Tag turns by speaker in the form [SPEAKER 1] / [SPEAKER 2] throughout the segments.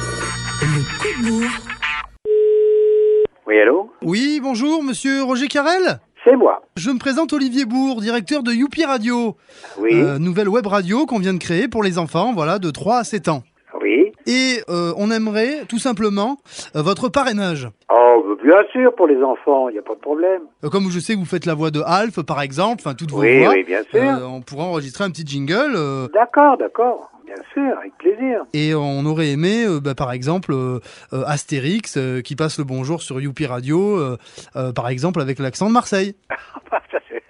[SPEAKER 1] le coup de bourre.
[SPEAKER 2] Oui, allô
[SPEAKER 3] Oui, bonjour, monsieur Roger Carrel
[SPEAKER 2] C'est moi.
[SPEAKER 3] Je me présente Olivier Bourg, directeur de Youpi Radio,
[SPEAKER 2] Oui,
[SPEAKER 3] euh, nouvelle web radio qu'on vient de créer pour les enfants, voilà, de 3 à 7 ans.
[SPEAKER 2] oui.
[SPEAKER 3] Et euh, on aimerait tout simplement euh, votre parrainage.
[SPEAKER 2] Oh, bah, bien sûr, pour les enfants, il n'y a pas de problème.
[SPEAKER 3] Euh, Comme je sais que vous faites la voix de Alf, par exemple, enfin toutes vos
[SPEAKER 2] Oui,
[SPEAKER 3] voix,
[SPEAKER 2] oui, bien sûr.
[SPEAKER 3] euh, on pourra enregistrer un petit jingle euh,
[SPEAKER 2] D'accord, d'accord. Bien sûr, avec plaisir.
[SPEAKER 3] et on aurait aimé, euh, bah, par exemple, euh, euh, Astérix euh, qui passe le bonjour sur Youpi Radio, euh, euh, par exemple avec l'accent de Marseille.
[SPEAKER 2] Enfin, ça, c'est-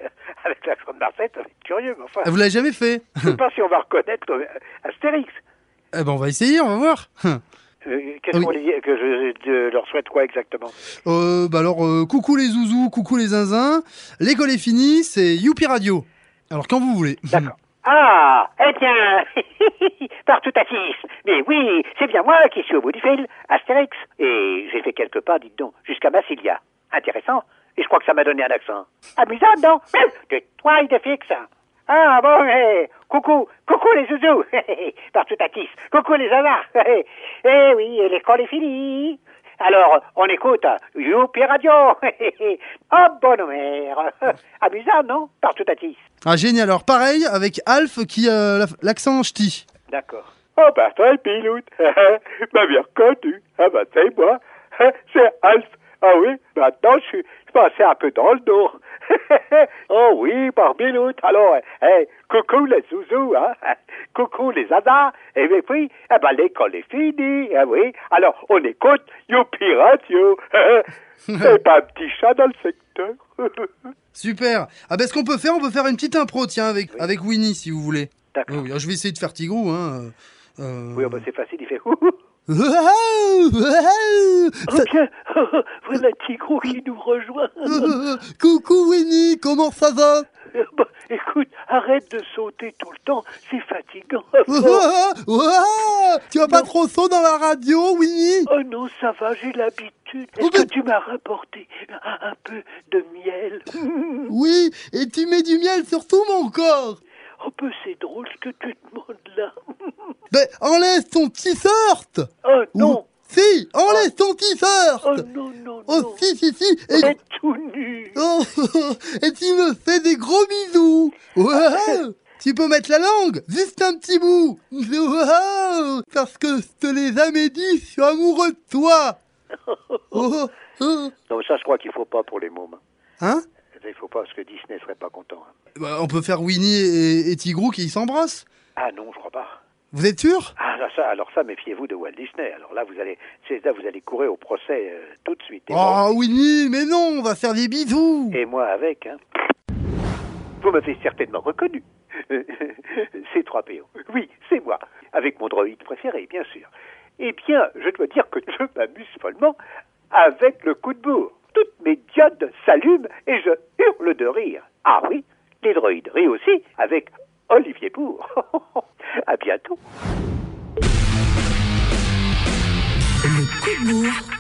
[SPEAKER 2] avec l'accent de Marseille, ça va être curieux, mais enfin,
[SPEAKER 3] Ah, Vous l'avez jamais fait
[SPEAKER 2] je ne sais pas si on va reconnaître euh, Astérix.
[SPEAKER 3] Eh ben on va essayer, on va voir.
[SPEAKER 2] Euh, Qu'est-ce
[SPEAKER 3] Oui.
[SPEAKER 2] qu'on dit que je, je leur souhaite quoi exactement
[SPEAKER 3] Euh, bah alors, euh, coucou les zouzous, coucou les zinzins. L'école est finie, c'est Youpi Radio. Alors, quand vous voulez.
[SPEAKER 2] D'accord. Ah, eh bien, par tout à six. Mais oui, c'est bien moi qui suis au bout du fil, Astérix. Et j'ai fait quelques pas, dites donc, jusqu'à Massilia. Intéressant. Et je crois que ça m'a donné un accent. Amusant, non De toi et de fixe. Ah bon, eh, coucou, coucou les zouzous, par tout à six. Coucou les anards. eh oui, et l'école est finie. Alors, on écoute Youpi Radio. oh, bonne mère. Amusant, non Par tout à six.
[SPEAKER 3] Ah, génial. Alors, pareil avec Alf qui a la- l'accent ch'ti.
[SPEAKER 2] D'accord. Oh bah toi, pilote, bah bien connu. Ah bah c'est moi, c'est Alf. Ah oui, maintenant je suis je passais un peu dans le dos. oh oui, par pilote. Alors, eh, coucou les zouzous, hein. coucou les adas. Et puis, eh ben l'école est finie. Ah oui, alors on écoute Youpi Radio. c'est pas un petit chat dans le secteur.
[SPEAKER 3] Super. Ah, ben, ce qu'on peut faire, on peut faire une petite impro, tiens, avec, avec Winnie, si vous voulez. Oui,
[SPEAKER 2] D'accord.
[SPEAKER 3] oui. Alors, je vais essayer de faire Tigrou, hein. euh, euh.
[SPEAKER 2] Oui, oh, bah, c'est facile, il fait.
[SPEAKER 3] Ça-
[SPEAKER 2] tiens, Oh, voilà Tigrou qui nous rejoint.
[SPEAKER 3] Coucou Winnie, comment ça va
[SPEAKER 2] Euh, bah, écoute, arrête de sauter tout le temps, c'est fatigant.
[SPEAKER 3] Oh, Tu vas pas trop saut dans la radio, Winnie
[SPEAKER 2] Oh non, ça va, j'ai l'habitude.
[SPEAKER 3] Oh,
[SPEAKER 2] Est-ce que
[SPEAKER 3] mais-
[SPEAKER 2] tu m'as rapporté un un peu de miel
[SPEAKER 3] Oui, et tu mets du miel sur tout mon corps
[SPEAKER 2] Oh, peu c'est drôle ce que tu demandes là.
[SPEAKER 3] Ben, enlève ton t-shirt
[SPEAKER 2] Oh non,
[SPEAKER 3] Si, enlève ton t-shirt
[SPEAKER 2] oh non, non, non.
[SPEAKER 3] Oh, si, si, si
[SPEAKER 2] On
[SPEAKER 3] et...
[SPEAKER 2] est tout nu.
[SPEAKER 3] Oh, et tu me fais des gros bisous Wow. Tu peux mettre la langue Juste un petit bout Wow. Parce que je te l'ai jamais dit, je suis amoureux de toi Oh, oh.
[SPEAKER 2] Non, ça, je crois qu'il faut pas pour les mômes.
[SPEAKER 3] Hein
[SPEAKER 2] Il faut pas, parce que Disney serait pas content. hein.
[SPEAKER 3] Bah, On peut faire Winnie et, et Tigrou qui s'embrassent
[SPEAKER 2] Ah non, je crois pas.
[SPEAKER 3] Vous êtes sûr
[SPEAKER 2] Ah, là, ça, alors ça, méfiez-vous de Walt Disney. Alors là, vous allez, c'est- là, vous allez courir au procès euh, tout de suite. Et moi-
[SPEAKER 3] Oh Winnie, mais non, on va faire des bisous
[SPEAKER 2] Et moi avec, hein. Vous m'avez certainement reconnu. Euh, c'est 3PO. Oui, c'est moi. Avec mon droïde préféré, bien sûr. Eh bien, je dois dire que je m'amuse follement avec le coup de bourre. Toutes mes diodes s'allument et je hurle de rire. Ah oui, les droïdes rient aussi avec Olivier Bourg. à bientôt.
[SPEAKER 1] Le coup de bourre.